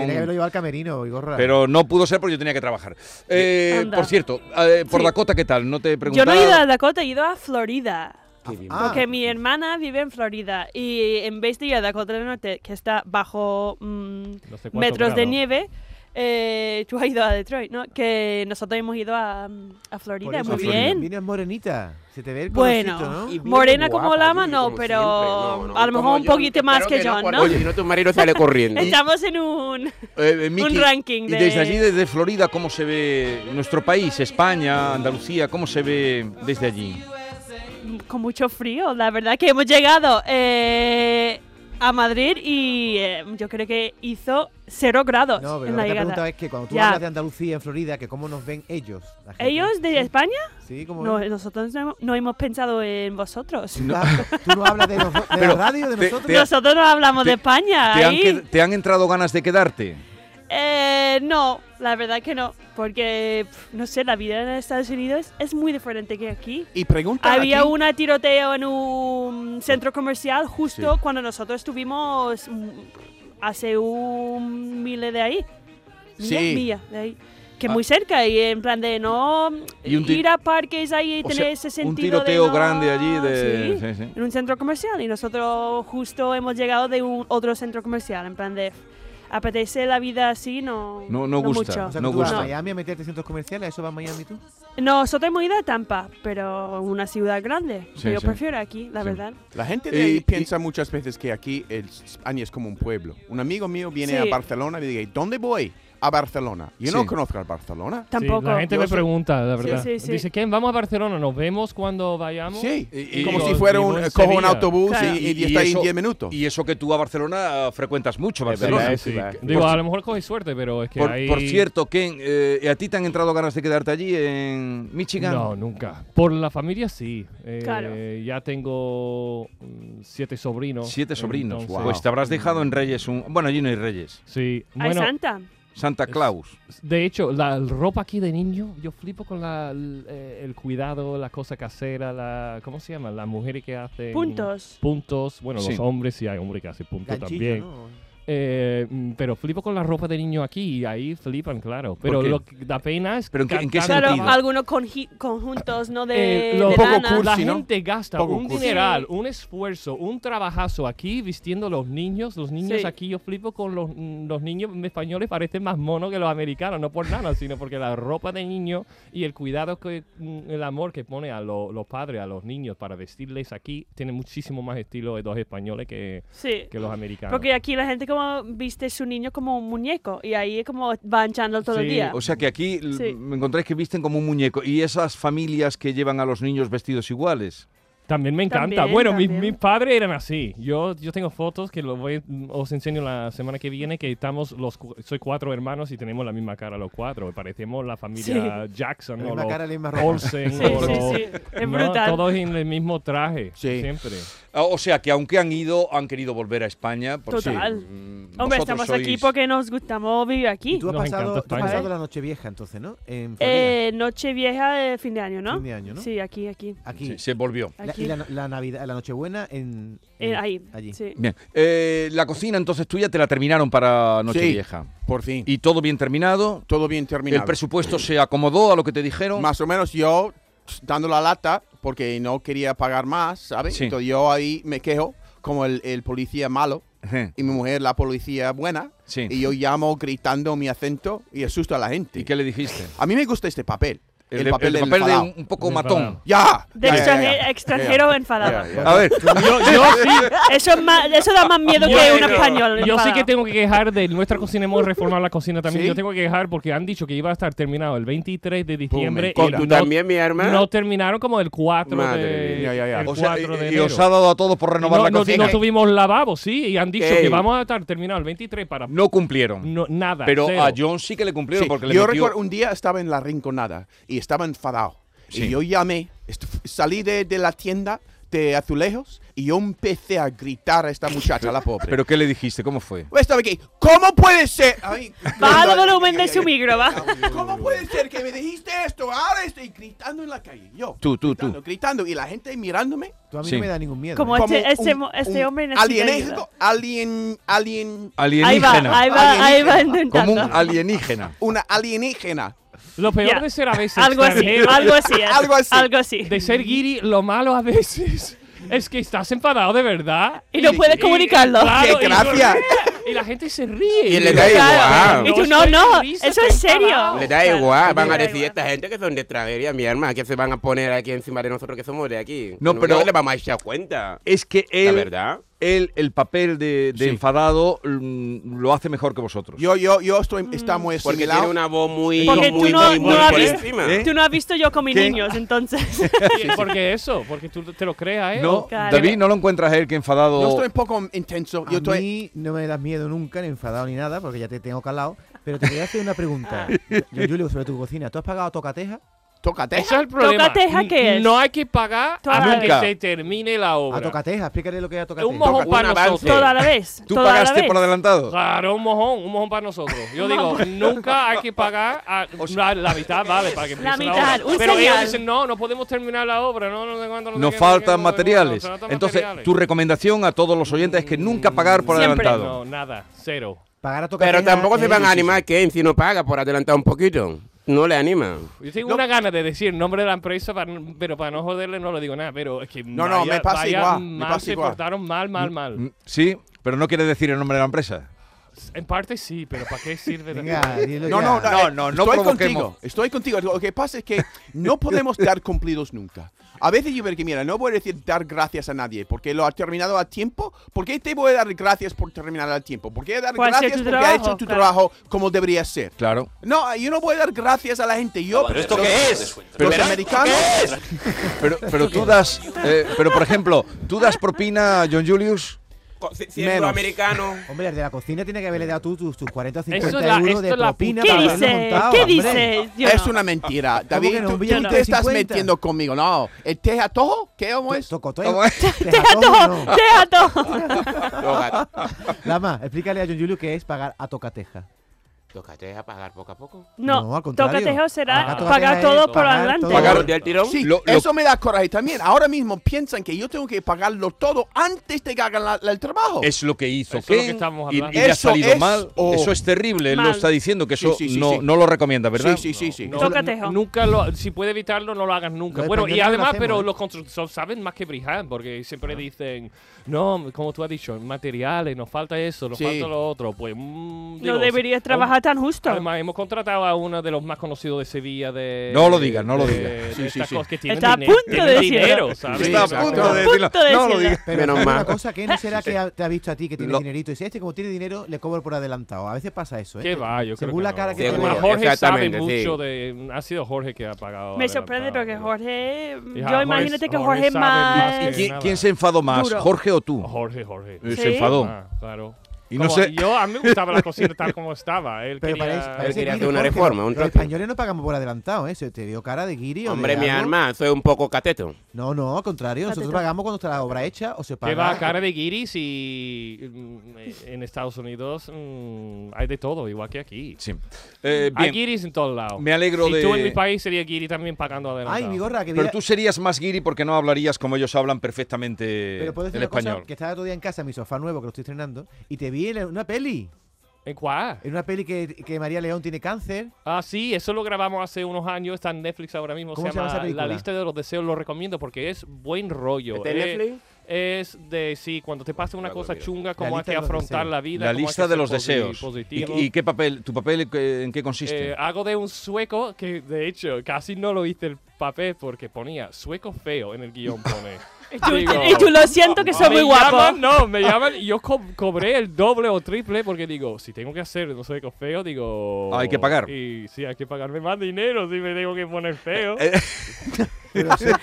Speaker 3: ofrecieron.
Speaker 1: llevado al camerino, Igorra.
Speaker 3: Pero no pudo ser porque yo tenía que trabajar. Eh,
Speaker 5: Anda.
Speaker 3: por cierto, eh, por
Speaker 5: Sí.
Speaker 3: Dakota, ¿qué tal? No te he
Speaker 5: Yo no
Speaker 3: preguntado.
Speaker 5: he ido a Dakota, he ido a Florida.
Speaker 7: Qué bien.
Speaker 1: Ah.
Speaker 5: Porque mi hermana vive en Florida y en vez de ir a Dakota del Norte, que está bajo mm,
Speaker 4: No sé cuántos
Speaker 5: metros de
Speaker 4: grados.
Speaker 5: nieve, eh, tú has ido a Detroit, ¿no? Que nosotros hemos ido a, mm, a
Speaker 1: Por
Speaker 5: Florida,
Speaker 1: eso
Speaker 5: muy
Speaker 1: vienes-
Speaker 5: bien.
Speaker 1: Vienes morenita. Se te ve el
Speaker 5: Bueno.
Speaker 1: colorcito,
Speaker 7: Y bien
Speaker 5: Morena como
Speaker 7: guapa,
Speaker 5: Lama,
Speaker 7: yo
Speaker 5: no,
Speaker 7: como
Speaker 5: pero
Speaker 7: siempre.
Speaker 5: a lo
Speaker 7: como
Speaker 5: mejor un
Speaker 7: John,
Speaker 5: poquito más
Speaker 7: espero
Speaker 5: que John,
Speaker 7: cuando-
Speaker 5: ¿no?
Speaker 7: Oye, si no, tu marido sale corriendo.
Speaker 5: Estamos en un...
Speaker 3: Eh, eh, Miki,
Speaker 5: ranking
Speaker 3: Y
Speaker 5: de-
Speaker 3: desde allí, desde Florida, ¿cómo se ve nuestro país, España, Andalucía? ¿Cómo se ve desde allí?
Speaker 5: con mucho frío, la verdad que hemos llegado eh, a Madrid y eh, yo creo que hizo cero grados
Speaker 1: ¿no? No, pero lo
Speaker 5: en la
Speaker 1: que te he preguntado
Speaker 5: llegada.
Speaker 1: es que cuando tú
Speaker 5: Ya.
Speaker 1: hablas de Andalucía en Florida, que cómo nos ven ellos. la gente.
Speaker 5: ¿Ellos de España?
Speaker 1: Sí, como...
Speaker 5: No, nosotros no, hemos- no hemos pensado en vosotros.
Speaker 1: Tú no hablas de, los- de la
Speaker 3: Pero
Speaker 1: radio, de
Speaker 3: te-
Speaker 1: nosotros.
Speaker 3: te-
Speaker 5: Nosotros no hablamos
Speaker 3: te-
Speaker 5: de España.
Speaker 3: ¿Te han,
Speaker 5: ahí.
Speaker 3: qued- te han entrado ganas de quedarte?
Speaker 5: Eh, no, la verdad que no. Porque, pf, no sé, la vida en Estados Unidos es muy diferente que aquí.
Speaker 6: Y pregunta
Speaker 5: Había
Speaker 6: aquí,
Speaker 5: un tiroteo en un centro comercial justo cuando nosotros estuvimos mm, hace un mile de ahí. Milla,
Speaker 6: Sí.
Speaker 5: milla de ahí. Que muy cerca y en plan de no
Speaker 3: Ah. Y un ti-
Speaker 5: ir a parques ahí y
Speaker 3: O
Speaker 5: tener ese
Speaker 3: sea, un
Speaker 5: sentido de
Speaker 3: tiroteo
Speaker 5: no-
Speaker 3: grande allí de...
Speaker 5: Sí,
Speaker 3: sí, sí.
Speaker 5: en un centro comercial y nosotros justo hemos llegado de un otro centro comercial en plan de apetece la vida así no
Speaker 3: No- no gusta.
Speaker 5: mucho.
Speaker 1: O sea, que
Speaker 3: no
Speaker 1: tú vas a
Speaker 3: gusta.
Speaker 1: Miami a meterte en centros comerciales, ¿a eso va a Miami tú?
Speaker 5: Nosotros hemos ido a Tampa, pero una ciudad grande.
Speaker 3: Sí,
Speaker 5: yo
Speaker 3: sí.
Speaker 5: prefiero aquí, la
Speaker 3: Sí.
Speaker 5: verdad.
Speaker 6: la gente de ahí
Speaker 3: Y-
Speaker 6: piensa muchas veces que aquí el España es como un pueblo. Un amigo mío viene
Speaker 5: Sí.
Speaker 6: a Barcelona y me dice, ¿dónde voy? A Barcelona. Yo no
Speaker 3: Sí.
Speaker 6: conozco a Barcelona.
Speaker 4: Sí,
Speaker 5: Tampoco.
Speaker 4: la gente
Speaker 6: Yo
Speaker 4: me
Speaker 6: sé-
Speaker 4: pregunta, la verdad.
Speaker 5: Sí, sí, sí.
Speaker 4: Dice, ¿quién? Vamos a Barcelona, nos vemos cuando vayamos.
Speaker 6: Sí,
Speaker 3: Y- y-
Speaker 6: como
Speaker 3: y-
Speaker 6: si fuera un,
Speaker 4: vivo en
Speaker 6: cojo un
Speaker 4: Sevilla.
Speaker 6: autobús
Speaker 5: Claro.
Speaker 6: y, y está ahí
Speaker 3: eso-
Speaker 6: en 10 minutos.
Speaker 3: Y eso que tú a Barcelona eh, frecuentas mucho, Barcelona.
Speaker 7: verdad,
Speaker 4: Sí,
Speaker 7: es
Speaker 4: sí.
Speaker 7: verdad.
Speaker 4: Digo,
Speaker 3: Por-
Speaker 4: a lo mejor coges suerte, pero es que
Speaker 3: Por,
Speaker 4: ahí...
Speaker 3: por cierto, Ken, eh, ¿a ti te han entrado ganas de quedarte allí en Michigan?
Speaker 4: No, nunca. Por la familia sí. Eh,
Speaker 5: Claro.
Speaker 4: Ya tengo mm, siete sobrinos.
Speaker 3: Siete sobrinos.
Speaker 4: entonces-
Speaker 3: Pues te habrás dejado en Reyes un... Bueno, allí no hay Reyes.
Speaker 4: Sí.
Speaker 5: Hay
Speaker 4: Bueno,
Speaker 5: Santa.
Speaker 3: Santa
Speaker 4: Es-
Speaker 3: Claus.
Speaker 4: de hecho, la ropa aquí de niño, yo flipo con la, l- eh, el cuidado, la cosa casera, la... ¿Cómo se llama? Las mujeres que hacen...
Speaker 5: Puntos.
Speaker 4: Puntos. Bueno,
Speaker 3: Sí.
Speaker 4: los hombres, sí hay hombres que hacen puntos
Speaker 1: Ganchillo,
Speaker 4: también.
Speaker 1: ¿no?
Speaker 4: eh, mm, pero flipo con la ropa de niño aquí y ahí flipan, claro. Pero
Speaker 3: qué?
Speaker 4: lo que da pena es.
Speaker 3: ¿Pero en qué- en qué
Speaker 4: cantar-
Speaker 5: Claro,
Speaker 3: sentido?
Speaker 5: algunos conji- conjuntos, ¿no? De,
Speaker 4: Eh, lo-
Speaker 5: de
Speaker 4: poco
Speaker 5: lana.
Speaker 6: cursi,
Speaker 4: La
Speaker 6: ¿no?
Speaker 4: gente gasta
Speaker 6: Poco
Speaker 4: un
Speaker 6: cursi.
Speaker 4: dineral, un esfuerzo, un trabajazo aquí vistiendo a los niños. Los niños
Speaker 5: Sí.
Speaker 4: aquí, yo flipo con los, mm, los niños españoles, parecen más monos que los americanos, no por nada, sino porque la ropa de niño y el cuidado, que, mm, el amor que pone a lo- los padres, a los niños para vestirles aquí, tiene muchísimo más estilo de los españoles que,
Speaker 5: Sí.
Speaker 4: que los americanos.
Speaker 5: Porque aquí la gente como viste su niño como un muñeco y ahí como van echando todo el
Speaker 4: Sí,
Speaker 5: día.
Speaker 3: O sea que aquí l-
Speaker 5: Sí.
Speaker 3: me encontráis que visten como un muñeco y esas familias que llevan a los niños vestidos iguales.
Speaker 4: También me encanta.
Speaker 5: También,
Speaker 4: bueno, mis-
Speaker 5: también.
Speaker 4: Mis, padres eran así. Yo, yo tengo fotos que lo voy, os enseño la semana que viene, que estamos los cu- soy cuatro hermanos y tenemos la misma cara los cuatro. Parecemos la familia Jackson
Speaker 1: La
Speaker 4: o
Speaker 1: misma
Speaker 4: los
Speaker 1: cara, la misma ropa.
Speaker 4: Olsen.
Speaker 5: Sí,
Speaker 4: o
Speaker 5: sí,
Speaker 4: los-
Speaker 5: sí. Es
Speaker 4: ¿no?
Speaker 5: brutal.
Speaker 4: Todos en el mismo traje,
Speaker 6: Sí.
Speaker 4: siempre.
Speaker 3: Ah, O sea que aunque han ido, han querido volver a España. Porque,
Speaker 5: Total.
Speaker 3: mm,
Speaker 5: Hombre,
Speaker 3: vosotros
Speaker 5: estamos aquí
Speaker 3: sois-
Speaker 5: porque nos gustamos vivir aquí.
Speaker 1: Tú has
Speaker 4: Nos
Speaker 1: pasado,
Speaker 4: encanta
Speaker 1: tú has
Speaker 4: España.
Speaker 1: pasado la noche vieja, entonces, ¿no? En Florida.
Speaker 5: Eh, noche vieja, fin de año, ¿no?
Speaker 1: Fin de año, ¿no?
Speaker 5: Sí, aquí, aquí.
Speaker 1: aquí.
Speaker 3: Sí, se volvió.
Speaker 1: La-
Speaker 5: aquí.
Speaker 1: y la, la Navidad, la Nochebuena en,
Speaker 5: Eh,
Speaker 1: en-
Speaker 5: ahí.
Speaker 1: allí.
Speaker 5: Sí.
Speaker 3: Bien. Eh, la cocina entonces tuya te la terminaron para Nochevieja.
Speaker 6: Por fin.
Speaker 3: Y todo bien terminado.
Speaker 6: todo bien terminado.
Speaker 3: El presupuesto se acomodó a lo que te dijeron.
Speaker 6: Más o menos yo tss, dando la lata porque no quería pagar más, ¿sabes?
Speaker 3: Sí.
Speaker 6: Entonces yo ahí me quejo como el, el policía malo
Speaker 3: Ejé.
Speaker 6: y mi mujer la policía buena.
Speaker 3: Sí.
Speaker 6: Y yo llamo gritando mi acento y asusto a la gente.
Speaker 3: ¿Y qué le dijiste?
Speaker 6: A mí me gusta este papel. El,
Speaker 3: de-
Speaker 6: papel,
Speaker 3: el
Speaker 6: del
Speaker 3: papel de
Speaker 6: enfadado.
Speaker 3: un, eh, un poco
Speaker 4: Del
Speaker 3: matón.
Speaker 4: enfadado.
Speaker 6: ¡Ya!
Speaker 5: De
Speaker 6: ya, ya,
Speaker 5: extraje-
Speaker 6: ya.
Speaker 5: extranjero enfadado.
Speaker 6: Ya, ya.
Speaker 3: A ver,
Speaker 5: Eso, es más- eso da más miedo que un español.
Speaker 4: Yo sí
Speaker 5: enfadado.
Speaker 4: que tengo que quejar de nuestra cocina. Hemos reformado la cocina también.
Speaker 6: ¿Sí?
Speaker 4: Yo tengo que quejar porque han dicho que iba a estar terminado el 23 de diciembre.
Speaker 7: Con
Speaker 4: y
Speaker 7: tú
Speaker 4: no-
Speaker 7: también, mi hermano.
Speaker 4: No terminaron como el 4
Speaker 7: Madre
Speaker 4: de,
Speaker 7: mía.
Speaker 6: Ya, ya, ya.
Speaker 4: el
Speaker 3: o sea, y,
Speaker 4: 4 de
Speaker 3: y
Speaker 4: enero.
Speaker 3: os ha dado a todos por renovar
Speaker 4: no,
Speaker 3: la
Speaker 4: no-
Speaker 3: cocina.
Speaker 4: no tuvimos lavabo, sí, y han dicho
Speaker 7: Ey.
Speaker 4: que vamos a estar terminado el 23 para
Speaker 3: No cumplieron.
Speaker 4: no, nada.
Speaker 3: Pero ah,
Speaker 4: cero.
Speaker 3: a John sí que le cumplieron
Speaker 6: Sí,
Speaker 3: porque le
Speaker 6: yo
Speaker 3: metió-
Speaker 6: recuerdo un día estaba en la rinconada y estaba enfadado.
Speaker 3: Sí.
Speaker 6: Y yo llamé, est- salí de, de la tienda de azulejos y yo empecé a gritar a esta muchacha, la pobre.
Speaker 3: ¿Pero qué le dijiste? ¿Cómo fue?
Speaker 6: estaba aquí. ¿Cómo puede ser? Ay,
Speaker 5: Baja el
Speaker 6: ay,
Speaker 5: volumen
Speaker 6: ay,
Speaker 5: de
Speaker 6: ay,
Speaker 5: su
Speaker 6: ay.
Speaker 5: micro, va.
Speaker 6: Ah, ¿Cómo puede ser que me dijiste esto? Ahora estoy gritando en la calle. Yo.
Speaker 3: Tú, tú,
Speaker 6: gritando,
Speaker 3: tú.
Speaker 6: gritando y la gente mirándome.
Speaker 1: Tú a mí
Speaker 3: Sí.
Speaker 1: no me da ningún miedo.
Speaker 5: Como
Speaker 1: ¿eh?
Speaker 5: este,
Speaker 6: como
Speaker 5: este
Speaker 6: un-
Speaker 5: mo- este
Speaker 6: un
Speaker 5: hombre necesita
Speaker 6: alienígena,
Speaker 5: ayuda.
Speaker 6: alien, alien,
Speaker 5: Ahí va,
Speaker 3: Alienígena.
Speaker 5: ahí va, ahí va
Speaker 3: Como un
Speaker 5: intentando.
Speaker 3: alienígena.
Speaker 6: una alienígena.
Speaker 4: Lo peor
Speaker 5: Ya.
Speaker 4: de ser a veces
Speaker 5: Algo así,
Speaker 4: extranjero,
Speaker 5: algo así.
Speaker 6: Algo así.
Speaker 5: Algo así.
Speaker 4: de ser guiri, lo malo a veces es que estás enfadado de verdad.
Speaker 5: Y no puedes comunicarlo.
Speaker 4: claro,
Speaker 6: ¡Qué
Speaker 4: y-
Speaker 6: gracia!
Speaker 4: Y la gente se ríe.
Speaker 7: Y le da
Speaker 5: Claro.
Speaker 7: igual.
Speaker 5: Y tú,
Speaker 4: Dios,
Speaker 5: no,
Speaker 4: qué
Speaker 5: no,
Speaker 4: risa,
Speaker 5: eso
Speaker 4: qué
Speaker 5: es serio.
Speaker 4: enfadado.
Speaker 7: Le da
Speaker 5: Claro,
Speaker 7: igual,
Speaker 5: le
Speaker 7: van
Speaker 5: da
Speaker 7: a decir
Speaker 5: igual.
Speaker 7: esta gente que son de extranjería, mi hermana, que se van a poner aquí encima de nosotros que somos de aquí.
Speaker 3: No, pero-
Speaker 7: le vamos a echar cuenta.
Speaker 3: Es que
Speaker 7: La
Speaker 3: él,
Speaker 7: verdad.
Speaker 3: él el papel de, de
Speaker 6: Sí.
Speaker 3: enfadado mm, lo hace mejor que vosotros.
Speaker 6: Yo, yo, yo
Speaker 5: Mm.
Speaker 6: estoy, está muy
Speaker 7: Porque
Speaker 6: asimilado.
Speaker 7: tiene una voz muy,
Speaker 5: Porque tú
Speaker 7: muy,
Speaker 5: no-
Speaker 7: muy,
Speaker 5: no
Speaker 7: muy por
Speaker 5: hablas-
Speaker 7: encima.
Speaker 3: ¿Eh?
Speaker 5: Tú no has visto yo con mis
Speaker 3: ¿Qué?
Speaker 5: niños, entonces.
Speaker 4: Porque eso, porque tú te lo creas, ¿eh?
Speaker 3: no,
Speaker 5: Claro.
Speaker 3: David, ¿no lo encuentras a él que enfadado?
Speaker 6: Yo estoy un poco intenso.
Speaker 1: A
Speaker 6: Yo estoy.
Speaker 1: mí no me das miedo nunca, ni enfadado ni nada, porque ya te tengo calado. Pero te quería hacer una pregunta,
Speaker 4: Ah.
Speaker 1: Yo- Julio, sobre tu cocina. ¿Tú has pagado tocateja?
Speaker 6: Tócate.
Speaker 4: Eso es el problema.
Speaker 5: teja, ¿qué es?
Speaker 4: No hay que pagar
Speaker 5: Toda
Speaker 4: hasta
Speaker 5: la
Speaker 4: que
Speaker 3: vida.
Speaker 4: se termine la
Speaker 1: A
Speaker 4: obra.
Speaker 1: tocateja, explícale lo que es a tocateja.
Speaker 4: Un mojón
Speaker 7: Un
Speaker 4: para
Speaker 7: avance.
Speaker 4: nosotros.
Speaker 5: Toda la vez.
Speaker 3: ¿Tú
Speaker 5: toda la
Speaker 3: pagaste
Speaker 5: vez.
Speaker 3: por adelantado?
Speaker 4: Claro, un mojón, un mojón para nosotros. Yo digo, nunca hay que pagar a- la, la mitad, vale, para que empiece la
Speaker 5: mitad,
Speaker 4: obra.
Speaker 5: un
Speaker 4: Pero ellos
Speaker 5: señal.
Speaker 4: dicen, no, no podemos terminar la obra, no, no, sé cuánto, no sé qué,
Speaker 3: Nos
Speaker 4: no sé qué, no
Speaker 3: faltan
Speaker 4: sé cuánto,
Speaker 3: materiales.
Speaker 4: nos faltan
Speaker 3: Entonces,
Speaker 4: materiales.
Speaker 3: tu recomendación a todos los oyentes es que nunca pagar por
Speaker 5: Siempre.
Speaker 4: No,
Speaker 3: adelantado.
Speaker 4: nada, cero.
Speaker 1: Pagar a tocateja.
Speaker 7: Pero tampoco se
Speaker 1: es
Speaker 7: van a
Speaker 1: difícil.
Speaker 7: animar que si no paga por adelantado un poquito. No le anima.
Speaker 4: Yo tengo una gana de decir el nombre de la empresa, para n- pero para no joderle no lo digo nada, pero es que
Speaker 6: No, no,
Speaker 4: vaya-
Speaker 6: me pasa
Speaker 4: vaya
Speaker 6: igual, me
Speaker 4: mal,
Speaker 6: pasa
Speaker 4: se
Speaker 6: igual.
Speaker 4: portaron mal, mal, mal.
Speaker 3: Mm, Sí, pero no quiere decir el nombre de la empresa.
Speaker 4: En parte sí, pero ¿para qué sirve? de-
Speaker 1: Venga, dilo
Speaker 6: No, no,
Speaker 1: ya.
Speaker 6: no,
Speaker 3: No, no, no
Speaker 6: estoy
Speaker 3: provoquemos.
Speaker 6: contigo. Estoy contigo. Lo que pasa es que no podemos dar cumplidos nunca. A veces yo veo que, mira, no voy a decir dar gracias a nadie porque lo ha terminado a tiempo. ¿Por qué te voy a dar gracias por terminar a tiempo? ¿Por qué dar
Speaker 5: Por hacer
Speaker 6: gracias
Speaker 5: tu
Speaker 6: porque ha
Speaker 5: trabajo,
Speaker 6: hecho tu
Speaker 5: claro.
Speaker 6: trabajo como debería ser?
Speaker 3: Claro.
Speaker 6: No, yo no voy a dar gracias a la gente. Yo, ¿Pero esto qué es? Los americanos.
Speaker 3: Pero, pero tú das, eh, pero por ejemplo, tú das propina a John Julius.
Speaker 7: Co- si- Siendo
Speaker 6: Menos.
Speaker 7: americano.
Speaker 1: Hombre, el de la cocina tiene que haberle dado tú tus, tus 40 o 50
Speaker 4: Eso es la-
Speaker 1: euros
Speaker 4: esto
Speaker 1: de
Speaker 4: es la
Speaker 1: propina
Speaker 5: ¿Qué
Speaker 1: para
Speaker 5: dices?
Speaker 1: haberlo montado,
Speaker 5: ¿Qué
Speaker 1: hombre.
Speaker 5: dices? Yo
Speaker 6: Es
Speaker 5: no.
Speaker 6: una mentira.
Speaker 1: Ah, que
Speaker 6: David,
Speaker 1: no?
Speaker 6: tú,
Speaker 1: Un billete
Speaker 6: tú
Speaker 1: de
Speaker 6: te estás
Speaker 1: 50.
Speaker 6: metiendo conmigo. No, el té a tojo, ¿qué
Speaker 1: To-
Speaker 6: cómo es?
Speaker 1: Tocoteo.
Speaker 3: ¿Cómo es?
Speaker 1: Tejatojo, no.
Speaker 5: Te ato.
Speaker 7: Lo gato.
Speaker 1: Lama, explícale a John Julio qué es pagar a tocateja.
Speaker 7: Tócate a pagar poco a poco.
Speaker 5: No,
Speaker 1: No, al contrario.
Speaker 5: tócatejeo será
Speaker 1: Pagar
Speaker 5: pagar
Speaker 1: tócatejeo
Speaker 5: todo
Speaker 1: es
Speaker 5: por
Speaker 1: pagar
Speaker 5: adelante.
Speaker 1: todo.
Speaker 7: Pagar
Speaker 1: Pagar-
Speaker 7: del tirón.
Speaker 6: Sí,
Speaker 3: Lo- lo-
Speaker 6: eso me da coraje también. Ahora mismo piensan que yo tengo que pagarlo todo antes de que hagan la- la- el
Speaker 1: Oh.
Speaker 6: trabajo.
Speaker 3: Es lo que hizo
Speaker 4: Eso es lo que
Speaker 3: Ken,
Speaker 4: estamos
Speaker 3: y, y
Speaker 4: hablando.
Speaker 3: le ha
Speaker 6: Eso
Speaker 3: salido
Speaker 6: es-
Speaker 3: mal.
Speaker 6: oh.
Speaker 3: Eso es terrible. Él lo
Speaker 5: Mal.
Speaker 3: está diciendo que
Speaker 6: Sí,
Speaker 3: eso
Speaker 6: sí, sí,
Speaker 3: no,
Speaker 6: sí.
Speaker 3: no lo recomienda, ¿verdad?
Speaker 6: Sí, sí, sí, sí.
Speaker 4: No,
Speaker 5: Tócatejo.
Speaker 4: n- nunca lo, si puede evitarlo, no lo hagas nunca.
Speaker 1: Los
Speaker 4: bueno, y
Speaker 1: españoles lo
Speaker 4: además,
Speaker 1: hacemos,
Speaker 4: pero
Speaker 1: ¿eh?
Speaker 4: los constructores saben más que Brihan, porque siempre dicen, no, como tú has dicho, materiales, nos falta eso, nos
Speaker 6: Sí.
Speaker 4: falta lo otro. Pues, mm, digo,
Speaker 5: No deberías
Speaker 4: aún-
Speaker 5: trabajar tan justo.
Speaker 4: Además, hemos contratado a uno de los más conocidos de Sevilla de.
Speaker 3: No lo digas, no lo
Speaker 4: de-
Speaker 3: digas.
Speaker 4: de
Speaker 6: Sí, sí,
Speaker 4: estas
Speaker 6: sí.
Speaker 4: cosas que tienen
Speaker 5: Está a
Speaker 4: diner-
Speaker 5: punto
Speaker 4: tienen
Speaker 5: de decirlo.
Speaker 4: dinero, ¿sabes?
Speaker 6: Sí,
Speaker 3: Está a
Speaker 6: exacto.
Speaker 3: punto de
Speaker 5: Punto
Speaker 3: decirlo.
Speaker 5: de
Speaker 3: No lo
Speaker 5: decirlo.
Speaker 3: digas.
Speaker 1: Pero
Speaker 7: Menos
Speaker 1: ¿sabes
Speaker 7: mal.
Speaker 1: Una cosa que no será que ha- te ha visto a ti que tiene
Speaker 7: Lo-
Speaker 1: dinerito. Y dice, este como tiene dinero, le cobro por adelantado. A veces pasa eso, ¿eh?
Speaker 4: Qué va, yo creo
Speaker 1: Según
Speaker 4: que
Speaker 1: la
Speaker 4: no.
Speaker 1: cara que
Speaker 7: Seguro.
Speaker 1: tiene.
Speaker 4: Además, Jorge sabe
Speaker 7: Exactamente,
Speaker 4: mucho
Speaker 7: sí.
Speaker 4: de. Ha sido Jorge que ha pagado.
Speaker 5: Me sorprende
Speaker 4: adelantado,
Speaker 5: porque
Speaker 4: ¿no?
Speaker 5: Jorge.
Speaker 4: Ya,
Speaker 5: yo
Speaker 4: Jorge-
Speaker 5: imagínate que
Speaker 4: Jorge
Speaker 5: Jorge,
Speaker 4: sabe más
Speaker 5: más.
Speaker 4: que-
Speaker 3: ¿Quién,
Speaker 4: nada.
Speaker 3: quién se enfadó más,
Speaker 5: Duro.
Speaker 3: Jorge o tú?
Speaker 4: Jorge, Jorge.
Speaker 3: Eh,
Speaker 5: ¿Sí?
Speaker 3: Se enfadó.
Speaker 4: Ah, claro.
Speaker 3: Y no
Speaker 4: Como-
Speaker 3: sé.
Speaker 4: Yo a mí me gustaba la cocina tal como estaba. Él
Speaker 1: Pero
Speaker 4: quería-
Speaker 1: parece,
Speaker 7: Él
Speaker 1: parece
Speaker 7: quería
Speaker 1: Guiri,
Speaker 7: hacer una
Speaker 1: Jorge,
Speaker 7: reforma, un
Speaker 1: Los
Speaker 7: trato.
Speaker 1: españoles no pagamos por adelantado, ¿eh? Se te dio cara de guiri o de
Speaker 7: Hombre, mi
Speaker 1: algo.
Speaker 7: alma, soy un poco cateto.
Speaker 1: No, no, al contrario. Nosotros
Speaker 5: Pateta.
Speaker 1: pagamos cuando está la obra hecha o se paga.
Speaker 4: Que va a cara de guiris y mm, eh, en Estados Unidos mm, hay de todo, igual que aquí.
Speaker 3: Sí. Eh,
Speaker 4: Hay
Speaker 3: bien,
Speaker 4: guiris en todos lados.
Speaker 3: me alegro
Speaker 4: y
Speaker 3: de...
Speaker 4: tú en mi país sería guiri también pagando adelante.
Speaker 1: Ay, mi gorra, que
Speaker 3: Pero
Speaker 1: mira-
Speaker 3: tú serías más guiri porque no hablarías como ellos hablan perfectamente
Speaker 1: Pero puedo decir
Speaker 3: el
Speaker 1: una cosa,
Speaker 3: español.
Speaker 1: que estaba otro día en casa, en mi sofá nuevo, que lo estoy estrenando, y te vi en una peli.
Speaker 4: ¿En cuál?
Speaker 1: En una peli que, que María León tiene cáncer.
Speaker 4: Ah, sí, eso lo grabamos hace unos años, está en Netflix ahora mismo.
Speaker 1: ¿Cómo
Speaker 4: se
Speaker 1: se llama
Speaker 4: llama
Speaker 1: esa película?
Speaker 4: La lista de los deseos, lo recomiendo porque es buen rollo.
Speaker 7: ¿Está en
Speaker 4: Eh,
Speaker 7: Netflix?
Speaker 4: Es de, sí, cuando te pasa una
Speaker 7: La
Speaker 4: cosa
Speaker 7: miro.
Speaker 4: chunga, cómo hay
Speaker 1: lista
Speaker 4: que
Speaker 1: de los
Speaker 4: afrontar
Speaker 1: deseos.
Speaker 4: la vida.
Speaker 3: La
Speaker 4: cómo hay que
Speaker 3: lista de
Speaker 4: ser
Speaker 3: los
Speaker 4: posi-
Speaker 3: deseos. ¿Y,
Speaker 4: positivo.
Speaker 3: y qué papel? ¿Tu papel eh, en qué consiste?
Speaker 4: Eh, hago de un sueco que, de hecho, casi no lo viste el papel porque ponía sueco feo en el guión. Pone.
Speaker 5: Y tú-
Speaker 4: Digo, "Ah,
Speaker 5: y tú lo siento que soy
Speaker 4: me
Speaker 5: muy guapo.
Speaker 4: llaman, no, me llaman y yo co- cobré el doble o triple porque digo, si tengo que hacer un sueco feo, digo.
Speaker 3: Ah, hay que pagar.
Speaker 4: Y sí, hay que pagarme más dinero si me tengo que poner feo.
Speaker 1: Eh,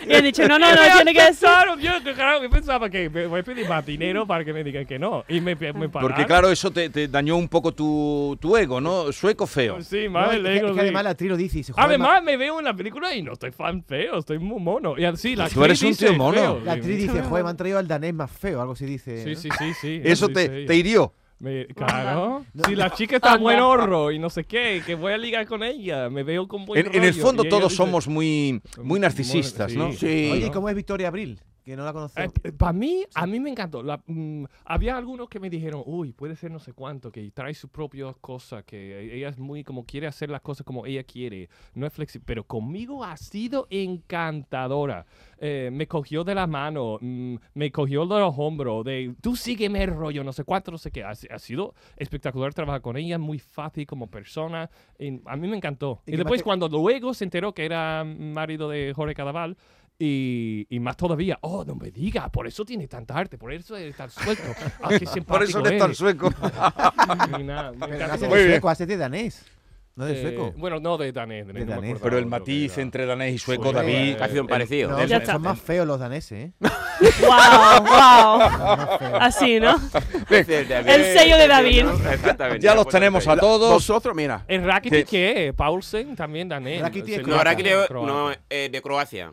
Speaker 5: Y han dicho, no, no, no, tiene que ser.
Speaker 4: Claro, yo, claro, yo pensaba que me voy a pedir más dinero para que me digan que no. Y me, me pagaron.
Speaker 3: Porque claro, eso te, te dañó un poco tu, tu ego, ¿no?
Speaker 4: Pues,
Speaker 3: Sueco feo.
Speaker 4: Sí,
Speaker 1: No,
Speaker 4: más
Speaker 1: es
Speaker 4: el
Speaker 1: que-
Speaker 4: ego,
Speaker 1: es que
Speaker 4: sí.
Speaker 1: además la actriz lo dice. dice, joder,
Speaker 4: Además, me veo en la película y no estoy fan feo, estoy muy mono. Y así, la
Speaker 3: Tú eres
Speaker 4: actriz
Speaker 3: un tío
Speaker 4: dice,
Speaker 3: mono.
Speaker 4: feo.
Speaker 1: ma- la actriz dice, joder, me han traído al danés más feo, algo así dice.
Speaker 4: Sí,
Speaker 1: ¿no?
Speaker 4: sí, sí, sí.
Speaker 3: Eso
Speaker 4: así dice
Speaker 3: te,
Speaker 4: ella.
Speaker 3: te hirió.
Speaker 4: Me- claro. Si la chica está buen horro y no sé qué, que voy a ligar con ella, me veo con buen
Speaker 3: En, en el
Speaker 4: rollo.
Speaker 3: fondo
Speaker 4: Y ella
Speaker 3: todos
Speaker 4: dice,
Speaker 3: somos muy, muy
Speaker 4: Muy-
Speaker 3: narcisistas, ¿no?
Speaker 4: sí.
Speaker 1: Oye, ¿y
Speaker 4: Claro.
Speaker 1: cómo es Victoria Abril? Que no la
Speaker 4: Ah,
Speaker 1: conocemos.
Speaker 4: Para Eh, mí, a mí me encantó. La- mm, había algunos que me dijeron, uy, puede ser no sé cuánto, que trae sus propias cosas, que ella es muy como quiere hacer las cosas como ella quiere, no es flexible. Pero conmigo ha sido encantadora. Eh, me cogió de la mano, mm, me cogió de los hombros, de tú sígueme el rollo, no sé cuánto, no sé qué. Ha, ha sido espectacular trabajar con ella, muy fácil como persona. Y a mí me encantó.
Speaker 1: ¿Y qué
Speaker 4: Y,
Speaker 1: más
Speaker 4: después,
Speaker 1: te-
Speaker 4: cuando luego se enteró que era marido de Jorge Cadaval, y, y más todavía, oh, no me diga, por eso tiene tanta arte, por eso es tan suelto. Ah, qué simpático
Speaker 3: Por eso eres tan sueco.
Speaker 4: suelto.
Speaker 1: Pero hace
Speaker 3: Muy
Speaker 1: de
Speaker 3: bien.
Speaker 1: sueco, hace de danés. No de sueco.
Speaker 4: Eh, bueno, no de danés.
Speaker 1: De danés.
Speaker 3: Pero el matiz entre danés y sueco,
Speaker 4: Sueco,
Speaker 3: David.
Speaker 4: eh,
Speaker 7: Casi un parecido.
Speaker 1: No,
Speaker 5: Ya
Speaker 1: son,
Speaker 5: está.
Speaker 1: son más feos los daneses, ¿eh?
Speaker 5: Wow, wow. Así, ¿no? El sello de David.
Speaker 7: Exactamente.
Speaker 3: Ya los tenemos a todos.
Speaker 6: Vosotros, mira.
Speaker 4: ¿El Rakitic qué es? Paulsen también danés.
Speaker 1: Rakitic es
Speaker 4: Sí,
Speaker 7: No, ahora
Speaker 1: croata.
Speaker 7: creo- no, eh, de Croacia.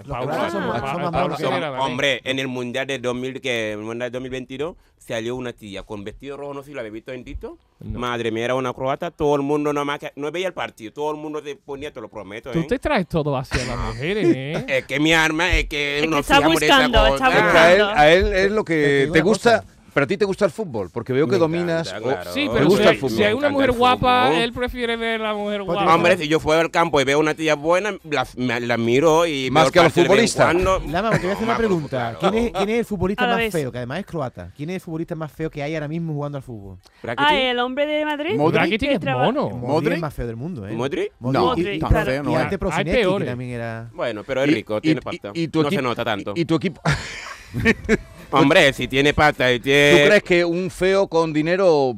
Speaker 4: El
Speaker 1: Los
Speaker 4: Paulsen.
Speaker 1: croatas
Speaker 5: son
Speaker 4: Ah,
Speaker 5: más-
Speaker 1: son
Speaker 4: el
Speaker 1: más malos
Speaker 4: Paulsen
Speaker 1: que-
Speaker 7: Son-
Speaker 4: era danés.
Speaker 7: hombre, en el mundial de 2000, que el mundial de 2022 salió una tía con vestido rojo, no sé si la habéis visto en Tito.
Speaker 4: No.
Speaker 7: Madre mía, era una croata. Todo el mundo nada más que- no veía el partido. Todo el mundo se ponía, te lo prometo.
Speaker 4: Tú
Speaker 7: ¿eh?
Speaker 4: te traes todo hacia
Speaker 7: Ah.
Speaker 4: las mujeres, ¿eh?
Speaker 7: Es que mi arma es que
Speaker 5: Es que
Speaker 7: no
Speaker 5: está
Speaker 7: fiamos de esa
Speaker 5: buscando,
Speaker 7: cosa.
Speaker 5: está
Speaker 3: Es que a él, a él es lo
Speaker 1: Te
Speaker 3: que
Speaker 1: digo
Speaker 3: te
Speaker 1: una
Speaker 3: gusta.
Speaker 1: cosa.
Speaker 3: Pero a ti te gusta el fútbol, porque veo que
Speaker 7: Me
Speaker 3: dominas.
Speaker 7: encanta,
Speaker 3: oh,
Speaker 7: claro.
Speaker 4: Sí,
Speaker 7: Me
Speaker 4: pero si,
Speaker 3: gusta el
Speaker 4: hay-
Speaker 3: fútbol.
Speaker 4: si hay una
Speaker 7: Me
Speaker 4: mujer
Speaker 7: encanta el
Speaker 4: guapa,
Speaker 7: fútbol.
Speaker 4: él prefiere ver a la mujer
Speaker 1: Pues,
Speaker 4: guapa.
Speaker 7: Ah, Hombre, si yo fuera al campo y veo una tía buena, la, me- la miro y.
Speaker 3: Más
Speaker 7: veo el
Speaker 3: que a los
Speaker 7: partido de vez en
Speaker 3: futbolistas.
Speaker 7: cuando.
Speaker 1: Lama, te voy a hacer
Speaker 7: No,
Speaker 1: una
Speaker 7: por
Speaker 1: pregunta.
Speaker 7: favor,
Speaker 1: ¿Quién es,
Speaker 7: claro.
Speaker 1: quién es el futbolista
Speaker 5: A la
Speaker 1: más
Speaker 5: vez.
Speaker 1: feo? Que además es croata. ¿Quién es el futbolista más feo que hay ahora mismo jugando al fútbol?
Speaker 5: Ah,
Speaker 7: Rakitic,
Speaker 5: el hombre de Madrid.
Speaker 6: Modric.
Speaker 4: Rakitic es
Speaker 5: Que traba-
Speaker 4: mono.
Speaker 1: Modric es
Speaker 6: ¿Modric?
Speaker 1: el más feo del mundo, ¿eh?
Speaker 7: ¿Modric?
Speaker 1: Modric.
Speaker 5: No,
Speaker 6: y,
Speaker 5: Modric,
Speaker 6: tan
Speaker 5: claro.
Speaker 6: feo no
Speaker 1: y
Speaker 6: es.
Speaker 1: antes
Speaker 4: Hay
Speaker 1: Prosinecki, que
Speaker 4: peores.
Speaker 1: también era...
Speaker 7: Bueno, pero es
Speaker 3: Y-
Speaker 7: rico,
Speaker 3: y-
Speaker 7: tiene
Speaker 3: y-
Speaker 7: pasta.
Speaker 3: y tu
Speaker 7: no se
Speaker 3: equipo-
Speaker 7: nota tanto.
Speaker 3: Y tu equipo.
Speaker 7: Hombre, si tiene pasta y
Speaker 3: ¿Tú
Speaker 7: tiene.
Speaker 3: crees que un feo con dinero.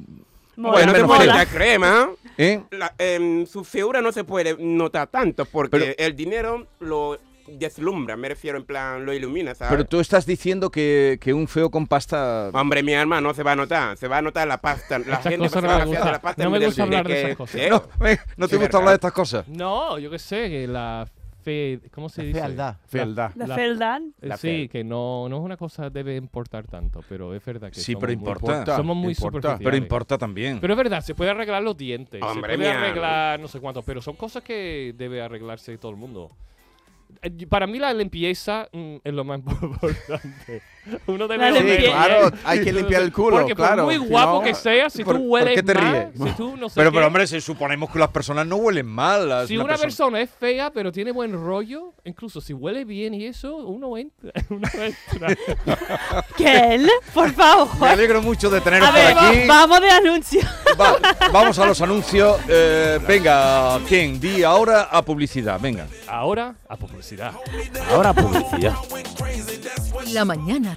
Speaker 5: Mola.
Speaker 7: Bueno, no te
Speaker 3: Menos
Speaker 7: pones
Speaker 3: feo.
Speaker 7: la crema.
Speaker 3: ¿eh?
Speaker 7: la- em, su figura no se puede notar tanto porque
Speaker 3: Pero-
Speaker 7: el dinero lo deslumbra, me refiero en plan, lo ilumina, ¿sabes?
Speaker 3: Pero tú estás diciendo que, que un feo con pasta.
Speaker 7: Hombre, mi alma no se va a notar, se va a notar la pasta, la
Speaker 4: Esas
Speaker 7: gente
Speaker 4: cosas no
Speaker 7: va a
Speaker 4: me
Speaker 7: fiar de
Speaker 4: gusta.
Speaker 7: la pasta
Speaker 4: No
Speaker 7: en
Speaker 4: me
Speaker 7: vez
Speaker 4: gusta hablar de
Speaker 7: que-
Speaker 4: esas cosas.
Speaker 7: ¿Eh?
Speaker 3: No, eh, no te gusta
Speaker 7: Sí, verdad.
Speaker 3: hablar de estas cosas.
Speaker 4: No, yo qué sé, que la fe, ¿cómo se dice?
Speaker 1: fealdad.
Speaker 6: Fealdad.
Speaker 5: La,
Speaker 4: La-
Speaker 5: fealdad.
Speaker 4: Eh,
Speaker 7: La
Speaker 4: sí,
Speaker 7: fe.
Speaker 4: que no, no es una cosa que debe importar tanto, pero es verdad que
Speaker 3: Sí,
Speaker 4: somos
Speaker 3: pero
Speaker 4: muy-
Speaker 3: importa.
Speaker 4: somos muy
Speaker 6: Importa.
Speaker 4: superficiales.
Speaker 3: Pero importa también.
Speaker 4: Pero es verdad, se puede arreglar los dientes,
Speaker 7: Hombre,
Speaker 4: se puede
Speaker 7: mía.
Speaker 4: arreglar no sé cuánto, pero son cosas que debe arreglarse todo el mundo. Eh, Para mí la limpieza mm, es lo más importante. Uno debe
Speaker 5: La
Speaker 4: oler
Speaker 5: limpieza.
Speaker 4: bien.
Speaker 6: claro, hay que limpiar el culo,
Speaker 4: Porque
Speaker 6: claro,
Speaker 4: por muy
Speaker 6: si
Speaker 4: guapo
Speaker 6: no-
Speaker 4: que seas, si
Speaker 3: ¿Por-
Speaker 4: tú
Speaker 3: por
Speaker 4: hueles
Speaker 3: qué te
Speaker 4: mal,
Speaker 3: ríes?
Speaker 4: si tú no sé
Speaker 3: Pero,
Speaker 4: qué-
Speaker 3: pero, hombre, si suponemos que las personas no huelen mal. las-
Speaker 4: Pues si una
Speaker 3: persona-
Speaker 4: persona es fea pero tiene buen rollo, incluso si huele bien y eso, uno entra. Uno entra.
Speaker 5: ¿Qué él? Por favor.
Speaker 3: Me alegro mucho de teneros
Speaker 5: A
Speaker 3: por
Speaker 5: ver,
Speaker 3: aquí.
Speaker 5: va- vamos de anuncio.
Speaker 3: Va, vamos a los anuncios. Eh, venga, Ken, di ahora a publicidad. Venga.
Speaker 4: Ahora, a publicidad.
Speaker 9: Ahora publicidad.
Speaker 10: La mañana